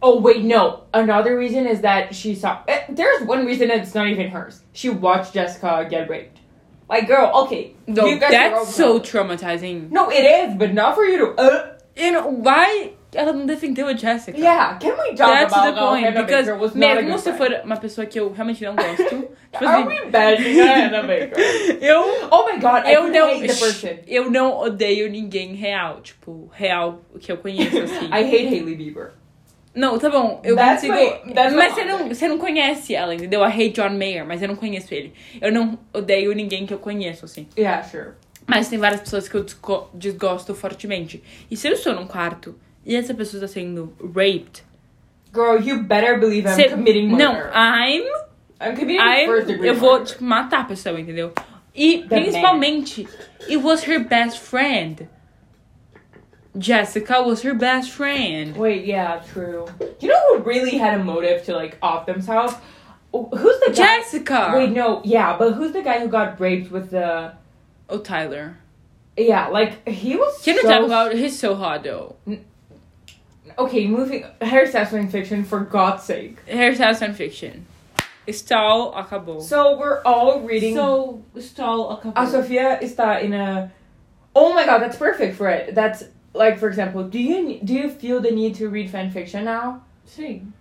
[SPEAKER 2] Oh wait, no. Another reason is that she saw. eh, There's one reason that's not even hers. She watched Jessica get raped. Like, girl, okay.
[SPEAKER 1] No,
[SPEAKER 2] you guys are all
[SPEAKER 1] that's so
[SPEAKER 2] grown.
[SPEAKER 1] traumatizing.
[SPEAKER 2] No, it is, but not for you to. Uh,
[SPEAKER 1] You know why I'm living with Jessica?
[SPEAKER 2] yeah, can we talk
[SPEAKER 1] That's
[SPEAKER 2] about
[SPEAKER 1] the
[SPEAKER 2] how
[SPEAKER 1] point,
[SPEAKER 2] Hannah
[SPEAKER 1] because
[SPEAKER 2] Baker was not a
[SPEAKER 1] mesmo
[SPEAKER 2] good
[SPEAKER 1] se for
[SPEAKER 2] friend?
[SPEAKER 1] uma pessoa que eu realmente não gosto, tipo
[SPEAKER 2] Are
[SPEAKER 1] assim,
[SPEAKER 2] we bashing Hannah Baker?
[SPEAKER 1] eu
[SPEAKER 2] Oh my god, I
[SPEAKER 1] eu
[SPEAKER 2] couldn't
[SPEAKER 1] não
[SPEAKER 2] hate the person.
[SPEAKER 1] eu não odeio ninguém real, tipo real que eu conheço assim.
[SPEAKER 2] I hate Hailey Bieber.
[SPEAKER 1] Não, tá bom, eu
[SPEAKER 2] That's
[SPEAKER 1] consigo.
[SPEAKER 2] my- that's my
[SPEAKER 1] mas você não,
[SPEAKER 2] topic.
[SPEAKER 1] você não conhece ela, entendeu? I hate John Mayer, mas eu não conheço ele. Eu não odeio ninguém que eu conheço, assim.
[SPEAKER 2] Yeah, sure.
[SPEAKER 1] Mas tem várias pessoas que eu desgo- desgosto fortemente. E se eu estou num quarto e essa pessoa está sendo raped,
[SPEAKER 2] Girl, you better believe I'm
[SPEAKER 1] você-
[SPEAKER 2] committing murder.
[SPEAKER 1] Não, I'm
[SPEAKER 2] I'm committing
[SPEAKER 1] Ai,
[SPEAKER 2] first degree
[SPEAKER 1] eu vou
[SPEAKER 2] murder.
[SPEAKER 1] tipo, matar a pessoa, entendeu? E
[SPEAKER 2] Também.
[SPEAKER 1] principalmente, it was her best friend. Jessica was her best friend.
[SPEAKER 2] Wait, yeah, true. You know who really had a motive to like off themselves? Oh, Who's the guy?
[SPEAKER 1] Jessica!
[SPEAKER 2] Wait, no, yeah, but who's the guy who got raped with the?
[SPEAKER 1] Oh, Tyler.
[SPEAKER 2] Yeah, like he was.
[SPEAKER 1] Can we
[SPEAKER 2] so...
[SPEAKER 1] talk about he's so hot though?
[SPEAKER 2] Okay, moving hair sampling fiction for God's sake.
[SPEAKER 1] Hairstyles and fiction. Stall acabou.
[SPEAKER 2] So we're all reading.
[SPEAKER 1] So, Stall acabou.
[SPEAKER 2] Ah, Sofia está in a. Oh my God, that's perfect for it. That's like, for example, do you do you feel the need to read fan fiction now?
[SPEAKER 3] Sim.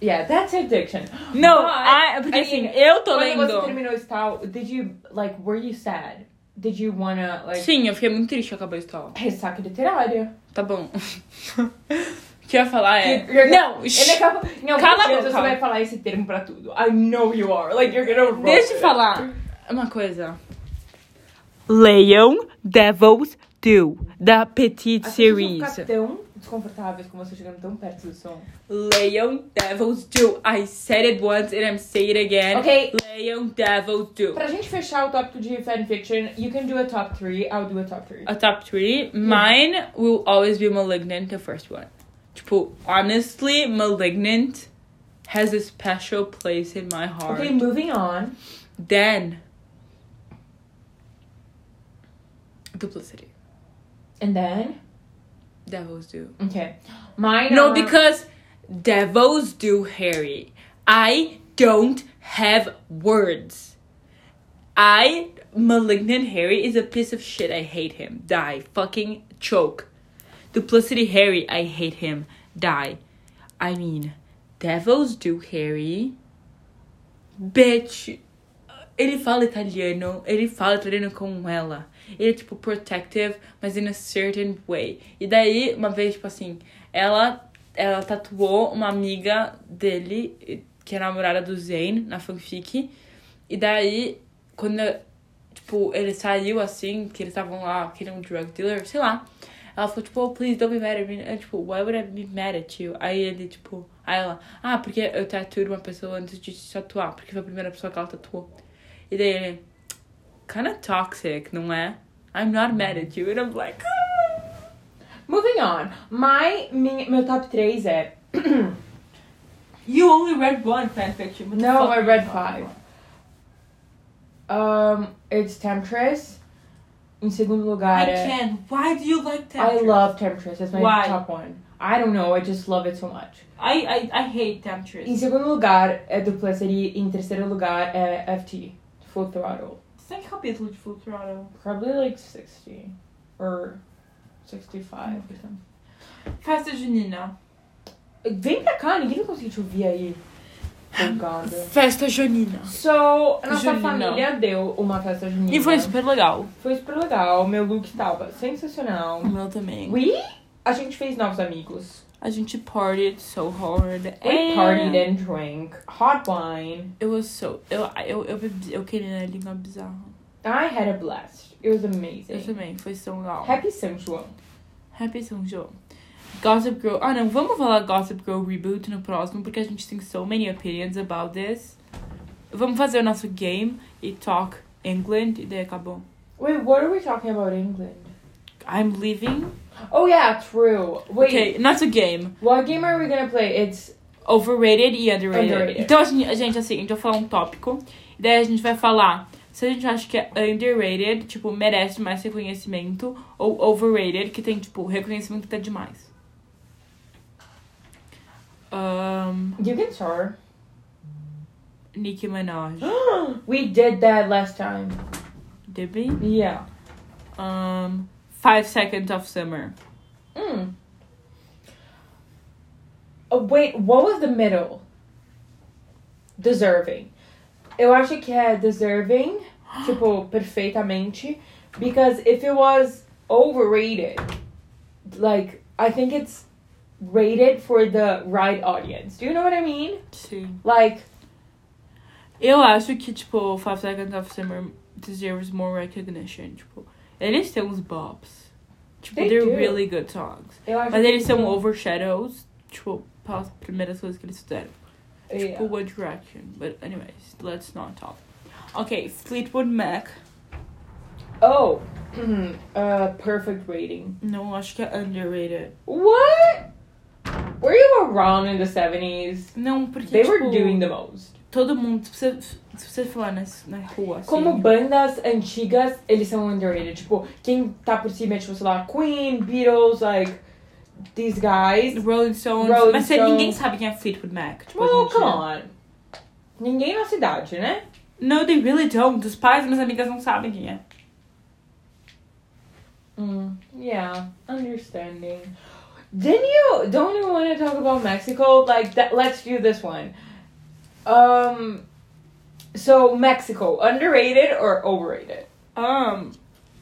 [SPEAKER 2] Yeah, that's addiction.
[SPEAKER 1] Não,
[SPEAKER 2] But,
[SPEAKER 1] I, porque
[SPEAKER 2] I
[SPEAKER 1] assim,
[SPEAKER 2] mean,
[SPEAKER 1] eu tô
[SPEAKER 2] Quando você
[SPEAKER 1] lendo.
[SPEAKER 2] terminou Style, did you like? Were you sad? Did you wanna like?
[SPEAKER 1] Sim, eu fiquei muito triste que acabou Stall.
[SPEAKER 2] Ressaca literário.
[SPEAKER 1] Tá bom. o que eu ia falar é.
[SPEAKER 2] Não, ele
[SPEAKER 1] Eh, shh.
[SPEAKER 2] acaba. Não,
[SPEAKER 1] Cala
[SPEAKER 2] cala
[SPEAKER 1] a boca.
[SPEAKER 2] Você vai falar esse termo pra tudo. I know you are. Like, you're gonna roll
[SPEAKER 1] Deixa eu
[SPEAKER 2] it.
[SPEAKER 1] falar uma coisa. Leiam Devils Do, da Petite
[SPEAKER 2] As pessoas vão ficar tão desconfortáveis com você chegando tão perto do som.
[SPEAKER 1] Leiam Devils Do. I said it once and I'm saying it again.
[SPEAKER 2] Ok.
[SPEAKER 1] Leiam Devils Do.
[SPEAKER 2] Pra gente fechar o tópico de fanfiction, you can do a top 3. I'll do a top 3.
[SPEAKER 1] A top three. Mine will always be Malignant, the first one. Tipo, honestly, Malignant has a special place in my heart.
[SPEAKER 2] Okay, moving on.
[SPEAKER 1] Then, Duplicity.
[SPEAKER 2] And then.
[SPEAKER 1] Devils Do.
[SPEAKER 2] Okay. Mine.
[SPEAKER 1] No,
[SPEAKER 2] are-
[SPEAKER 1] because devils do, Harry. I don't have words. I malignant Harry is a piece of shit. I hate him. Die. Fucking choke. Duplicity Harry. I hate him. Die. I mean, devils do, Harry. Bitch. Ele fala italiano, ele fala italiano com ela. Ele é tipo protective, mas in a certain way. E daí, uma vez, tipo assim, ela ela tatuou uma amiga dele, que é namorada do Zayn, na fanfic. E daí, quando, tipo, ele saiu assim, que eles estavam lá, que ele é um drug dealer, sei lá. Ela falou, tipo, oh, please don't be mad at me. Eu, tipo, why would I be mad at you? Aí ele, tipo, aí ela, ah, porque eu tatuei uma pessoa antes de te tatuar, porque foi a primeira pessoa que ela tatuou. E daí ele, kinda toxic, não é? I'm not mad at you. And I'm like,
[SPEAKER 3] "Ah,
[SPEAKER 2] Moving on. My, minha, meu top 3 é.
[SPEAKER 3] You only read one fanfiction. what the
[SPEAKER 2] No,
[SPEAKER 3] fuck
[SPEAKER 2] I
[SPEAKER 3] are you
[SPEAKER 2] read
[SPEAKER 3] talking
[SPEAKER 2] five.
[SPEAKER 3] about?
[SPEAKER 2] Um, it's Temptress. Em segundo lugar
[SPEAKER 3] I
[SPEAKER 2] é.
[SPEAKER 3] can't. Why do you like that?
[SPEAKER 2] I love Temptress. It's my
[SPEAKER 3] Why?
[SPEAKER 2] top one. I don't know, I just love it so much.
[SPEAKER 3] I, I, I hate temptress.
[SPEAKER 2] Em segundo lugar é Duplicity, em terceiro lugar é FT, Full Throttle.
[SPEAKER 3] Tem capítulo de Full Throttle.
[SPEAKER 2] Probably like 60 or 65.
[SPEAKER 3] Festa junina.
[SPEAKER 2] Vem pra cá, ninguém vai conseguir te ouvir aí. folgada.
[SPEAKER 1] Festa Janina.
[SPEAKER 2] So, a nossa
[SPEAKER 1] Junina.
[SPEAKER 2] família deu uma festa junina.
[SPEAKER 1] E foi super legal.
[SPEAKER 2] Foi super legal, meu look tava sensacional.
[SPEAKER 1] O meu também.
[SPEAKER 2] We, a gente fez novos amigos.
[SPEAKER 1] A gente partied so hard.
[SPEAKER 2] We
[SPEAKER 1] and
[SPEAKER 2] partied and drank hot wine.
[SPEAKER 1] It was so... Eu, eu, eu, bebi- eu queria a língua bizarra.
[SPEAKER 2] I had a blast. It was
[SPEAKER 1] Eu
[SPEAKER 2] amazing.
[SPEAKER 1] também, foi tão é legal.
[SPEAKER 2] Happy São João.
[SPEAKER 1] Happy São João. Gossip Girl. Ah, não, vamos falar Gossip Girl Reboot no próximo, porque a gente tem so many opinions about this. Vamos fazer o nosso game e talk England, e daí acabou.
[SPEAKER 2] Wait, what are we talking about England?
[SPEAKER 1] I'm leaving.
[SPEAKER 2] Oh yeah, true. Wait,
[SPEAKER 1] Ok, nosso game.
[SPEAKER 2] what game are we gonna play? It's
[SPEAKER 1] Overrated e underrated.
[SPEAKER 2] Underrated.
[SPEAKER 1] Então, a gente, a gente, assim, a gente vai falar um tópico, e daí a gente vai falar se a gente acha que é underrated, tipo, merece mais reconhecimento, ou overrated, que tem, tipo, reconhecimento que tá demais. Ahn.
[SPEAKER 2] you can start.
[SPEAKER 1] Nicki Minaj.
[SPEAKER 2] we did that last time.
[SPEAKER 1] Did we?
[SPEAKER 2] Yeah.
[SPEAKER 1] Um, Five Seconds of Summer.
[SPEAKER 2] Mm. Oh, wait, what was the middle? Deserving. Eu acho que é deserving, tipo, perfeitamente. Because if it was overrated, like, I think it's rated for the right audience. Do you know what I mean?
[SPEAKER 1] Sim.
[SPEAKER 2] Like,
[SPEAKER 1] Eu acho que, tipo, Five Seconds of Summer deserves more recognition. Tipo, eles têm uns bops. Tipo,
[SPEAKER 2] They
[SPEAKER 1] they're
[SPEAKER 2] do.
[SPEAKER 1] really good songs.
[SPEAKER 2] eu acho
[SPEAKER 1] Mas eles
[SPEAKER 2] que-
[SPEAKER 1] são overshadows, tipo, pelas primeiras coisas que eles fizeram.
[SPEAKER 2] Yeah.
[SPEAKER 1] Tipo, One Direction. But anyways, let's not talk. Ok, Fleetwood Mac.
[SPEAKER 2] Oh, uh, perfect rating.
[SPEAKER 1] Não, acho que é underrated.
[SPEAKER 2] What? Were you around in the 70s?
[SPEAKER 1] Não, porque,
[SPEAKER 2] They
[SPEAKER 1] tipo,
[SPEAKER 2] were doing the most.
[SPEAKER 1] todo mundo, se você, se você falar na, na rua, assim...
[SPEAKER 2] Como bandas antigas, eles são underrated. Tipo, quem tá por cima é, tipo, sei lá, Queen, Beatles, like, these guys.
[SPEAKER 1] Rolling Stones.
[SPEAKER 2] Rolling
[SPEAKER 1] mas se-
[SPEAKER 2] Stones.
[SPEAKER 1] ninguém sabe quem é Fleetwood Mac. Tipo,
[SPEAKER 2] Well,
[SPEAKER 1] hoje em
[SPEAKER 2] oh, come
[SPEAKER 1] dia.
[SPEAKER 2] on. Ninguém na cidade, né?
[SPEAKER 1] No, they really don't. Os pais e minhas amigas não sabem quem é.
[SPEAKER 2] Mm, yeah, understanding. Didn't you, don't you want to talk about Mexico? Like, that, let's do this one. Um, so, Mexico, underrated or overrated?
[SPEAKER 1] Um,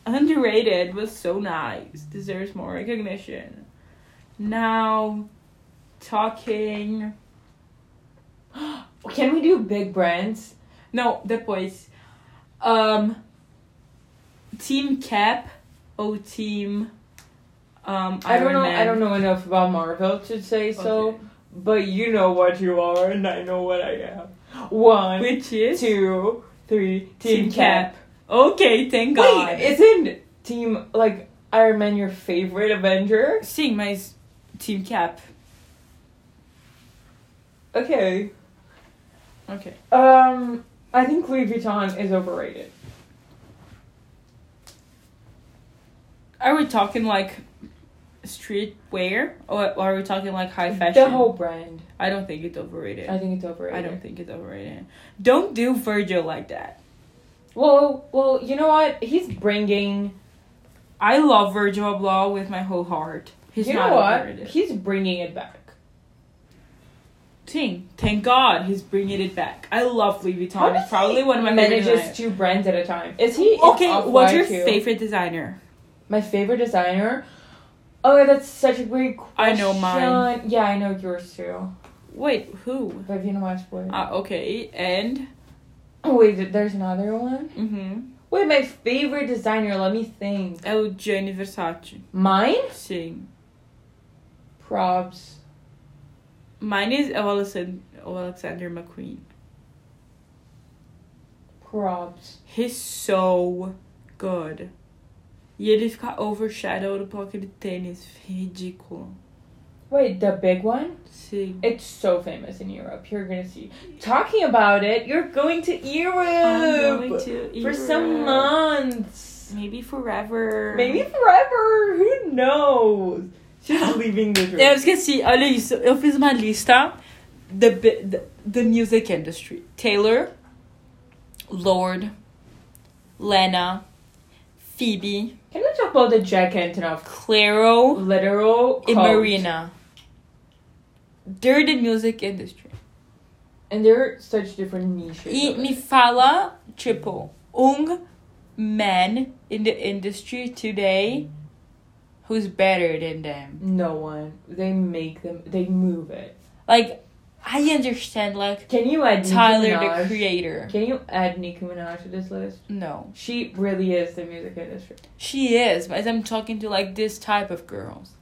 [SPEAKER 1] underrated was so nice. Deserves more recognition. Now, talking.
[SPEAKER 2] Can we do big brands?
[SPEAKER 1] Não, depois. Um, team Cap ou Team um, Iron
[SPEAKER 2] I don't know.
[SPEAKER 1] Man.
[SPEAKER 2] I don't know enough about Marvel to say so, but you know what you are, and I know what I am. One,
[SPEAKER 1] Which is?
[SPEAKER 2] two, three. Team,
[SPEAKER 1] Team
[SPEAKER 2] Cap.
[SPEAKER 1] Okay, thank God.
[SPEAKER 2] Wait, isn't Team like Iron Man your favorite Avenger?
[SPEAKER 1] Sim, mas Team Cap.
[SPEAKER 2] Okay.
[SPEAKER 1] Ok.
[SPEAKER 2] Um, I think Louis Vuitton is overrated.
[SPEAKER 1] Are we talking like street wear or are we talking like high fashion?
[SPEAKER 2] The whole brand.
[SPEAKER 1] I don't think it's overrated.
[SPEAKER 2] I think it's overrated.
[SPEAKER 1] I don't think it's overrated. Don't do Virgil like that.
[SPEAKER 2] Well, well, you know what? He's bringing.
[SPEAKER 1] I love Virgil Abloh with my whole heart. He's
[SPEAKER 2] you
[SPEAKER 1] not
[SPEAKER 2] know what?
[SPEAKER 1] overrated.
[SPEAKER 2] He's bringing it back.
[SPEAKER 1] Ting. Thank God he's bringing it back. I love Louis
[SPEAKER 2] How
[SPEAKER 1] Vuitton.
[SPEAKER 2] does
[SPEAKER 1] It's probably
[SPEAKER 2] he
[SPEAKER 1] one of my favorite
[SPEAKER 2] manages
[SPEAKER 1] designers.
[SPEAKER 2] two brands at a time? Is he
[SPEAKER 1] Okay,
[SPEAKER 2] Off-White
[SPEAKER 1] what's your
[SPEAKER 2] too?
[SPEAKER 1] favorite designer?
[SPEAKER 2] My favorite designer. Oh, that's such a great question.
[SPEAKER 1] I know mine.
[SPEAKER 2] Yeah, I know yours too.
[SPEAKER 1] Wait, who?
[SPEAKER 2] Vivienne Westwood.
[SPEAKER 1] Ah, okay, and
[SPEAKER 2] oh wait, th- there's another one.
[SPEAKER 1] mhm.
[SPEAKER 2] Wait, my favorite designer. Let me think.
[SPEAKER 1] El Gianni Versace.
[SPEAKER 2] Mine?
[SPEAKER 1] Sim.
[SPEAKER 2] Props.
[SPEAKER 1] Mine is Alexander, Alexander McQueen.
[SPEAKER 2] Props.
[SPEAKER 1] He's so good. E ele fica overshadowed por aquele tênis ridículo.
[SPEAKER 2] Wait, the big one?
[SPEAKER 1] Sim.
[SPEAKER 2] It's so famous in Europe. You're gonna see. Talking about it, you're going to Europe
[SPEAKER 1] I'm going to
[SPEAKER 2] for
[SPEAKER 1] Europe.
[SPEAKER 2] some months.
[SPEAKER 1] Maybe forever.
[SPEAKER 2] Maybe forever. Who knows?
[SPEAKER 3] She's leaving the room.
[SPEAKER 1] Eu esqueci, olha isso. Eu fiz uma lista. The, bi- the, the music industry. Taylor, Lord, Lena, Phoebe,
[SPEAKER 2] Can we talk about the Jack Antonoff
[SPEAKER 1] Claro,
[SPEAKER 2] literal
[SPEAKER 1] and
[SPEAKER 2] cult?
[SPEAKER 1] Marina. They're the music industry.
[SPEAKER 2] And they're such different niches.
[SPEAKER 1] E
[SPEAKER 2] of
[SPEAKER 1] me
[SPEAKER 2] it.
[SPEAKER 1] fala, tipo, um man in the industry today who's better than them.
[SPEAKER 2] no one. They make them. They move it.
[SPEAKER 1] Like, I understand, like,
[SPEAKER 2] Can you add Nicki
[SPEAKER 1] Tyler, the
[SPEAKER 2] Minaj?
[SPEAKER 1] creator.
[SPEAKER 2] Can you add Nicki Minaj to this list?
[SPEAKER 1] No.
[SPEAKER 2] She really is the music industry.
[SPEAKER 1] She is, but I'm talking to like this type of girls.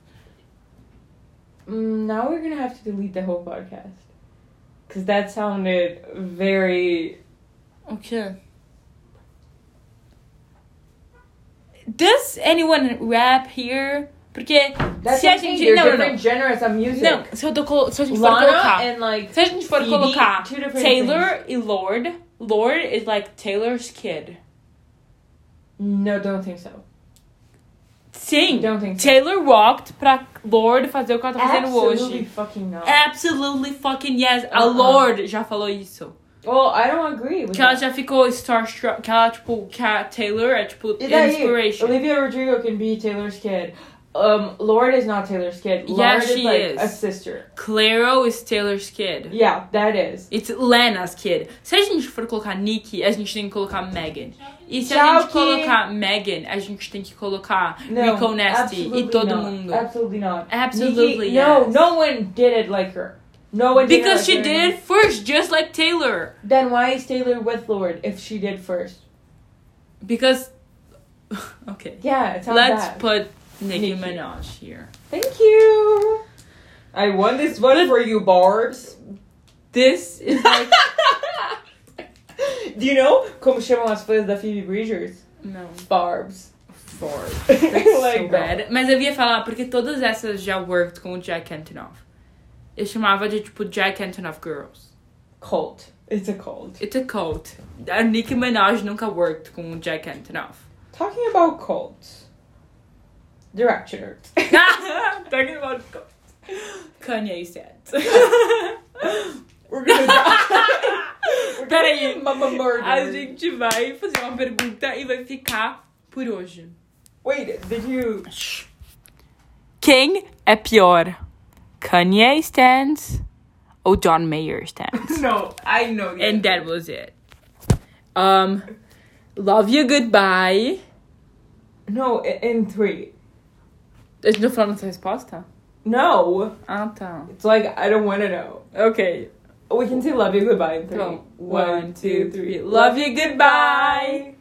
[SPEAKER 2] Mm, now we're gonna have to delete the whole podcast. Cause that sounded very.
[SPEAKER 1] Okay. Does anyone rap here? Porque
[SPEAKER 2] That's
[SPEAKER 1] se a
[SPEAKER 2] something,
[SPEAKER 1] gente.
[SPEAKER 2] they're
[SPEAKER 1] Não, não,
[SPEAKER 2] different
[SPEAKER 1] não.
[SPEAKER 2] genres of music.
[SPEAKER 1] Não, se, eu tô, colo- se a gente for
[SPEAKER 2] Lana
[SPEAKER 1] colocar.
[SPEAKER 2] and like
[SPEAKER 1] Se a gente for
[SPEAKER 2] Phoebe,
[SPEAKER 1] colocar
[SPEAKER 2] two different
[SPEAKER 1] Taylor e Lord, Lord is like Taylor's kid.
[SPEAKER 2] no, don't think so.
[SPEAKER 1] Sim.
[SPEAKER 2] Don't think so.
[SPEAKER 1] Taylor walked pra Lord fazer o que ela tá fazendo
[SPEAKER 2] Absolutely
[SPEAKER 1] hoje.
[SPEAKER 2] fucking not.
[SPEAKER 1] Absolutely fucking yes. A
[SPEAKER 2] Uh-uh.
[SPEAKER 1] Lord já falou isso.
[SPEAKER 2] Well, I don't agree with
[SPEAKER 1] Que ela
[SPEAKER 2] that.
[SPEAKER 1] já ficou starstruck, que ela, tipo, que a Taylor é, tipo,
[SPEAKER 2] E daí,
[SPEAKER 1] inspiration.
[SPEAKER 2] Olivia Rodrigo can be Taylor's kid. Um, Lord is not Taylor's
[SPEAKER 1] Yeah,
[SPEAKER 2] kid. Lord is
[SPEAKER 1] she
[SPEAKER 2] like
[SPEAKER 1] is.
[SPEAKER 2] a sister.
[SPEAKER 1] Claro is Taylor's kid.
[SPEAKER 2] Yeah, that is.
[SPEAKER 1] It's Lena's kid. Se a gente for colocar Nikki, a gente tem que colocar Megan. E se a
[SPEAKER 2] Tchau,
[SPEAKER 1] gente
[SPEAKER 2] Ki.
[SPEAKER 1] colocar Megan, a gente tem que colocar
[SPEAKER 2] No,
[SPEAKER 1] Rico Nasty
[SPEAKER 2] absolutely
[SPEAKER 1] e todo
[SPEAKER 2] not.
[SPEAKER 1] mundo.
[SPEAKER 2] Absolutely not.
[SPEAKER 1] Absolutely,
[SPEAKER 2] Nicki- No,
[SPEAKER 1] yes.
[SPEAKER 2] no one did it like her. No one. did it
[SPEAKER 1] Because
[SPEAKER 2] like
[SPEAKER 1] she
[SPEAKER 2] her.
[SPEAKER 1] did it first, just like Taylor.
[SPEAKER 2] Then why is Taylor with Lord if she did first?
[SPEAKER 1] Because. okay.
[SPEAKER 2] Yeah, it's
[SPEAKER 1] Let's
[SPEAKER 2] bad.
[SPEAKER 1] put Nicki
[SPEAKER 2] Nicki.
[SPEAKER 1] Minaj here.
[SPEAKER 2] Thank you. I won this one for you, Barbs.
[SPEAKER 1] This is like.
[SPEAKER 2] Do you know como chamam as fãs da Phoebe Bridgers?
[SPEAKER 1] no.
[SPEAKER 2] Barbs.
[SPEAKER 1] For.
[SPEAKER 2] like
[SPEAKER 1] so bad. Mas eu ia falar, porque todas essas já worked com o Jack Antonoff. Eu chamava de, tipo, Jack Antonoff Girls.
[SPEAKER 2] Cult. It's a cult.
[SPEAKER 1] It's a cult. A Nicki Minaj nunca worked com o Jack Antonoff.
[SPEAKER 2] Talking about cults. Directioner.
[SPEAKER 1] Talking about cult. Kanye said.
[SPEAKER 2] We're gonna die. We're gonna
[SPEAKER 1] Peraí.
[SPEAKER 2] be Mama murdered.
[SPEAKER 1] A gente vai fazer uma pergunta e vai ficar por hoje.
[SPEAKER 2] Wait, did you?
[SPEAKER 1] Quem é pior? Kanye stands ou John Mayer stands?
[SPEAKER 2] No, I know. the
[SPEAKER 1] And
[SPEAKER 2] answer.
[SPEAKER 1] that was it. Um, love you goodbye.
[SPEAKER 2] no, i- in three.
[SPEAKER 1] Eles não falaram essa resposta?
[SPEAKER 2] No,
[SPEAKER 1] Ah, tá.
[SPEAKER 2] it's like I don't want to know.
[SPEAKER 1] Ok.
[SPEAKER 2] We can say love you goodbye in Oh, three.
[SPEAKER 1] Então, one, two, three. Love you goodbye.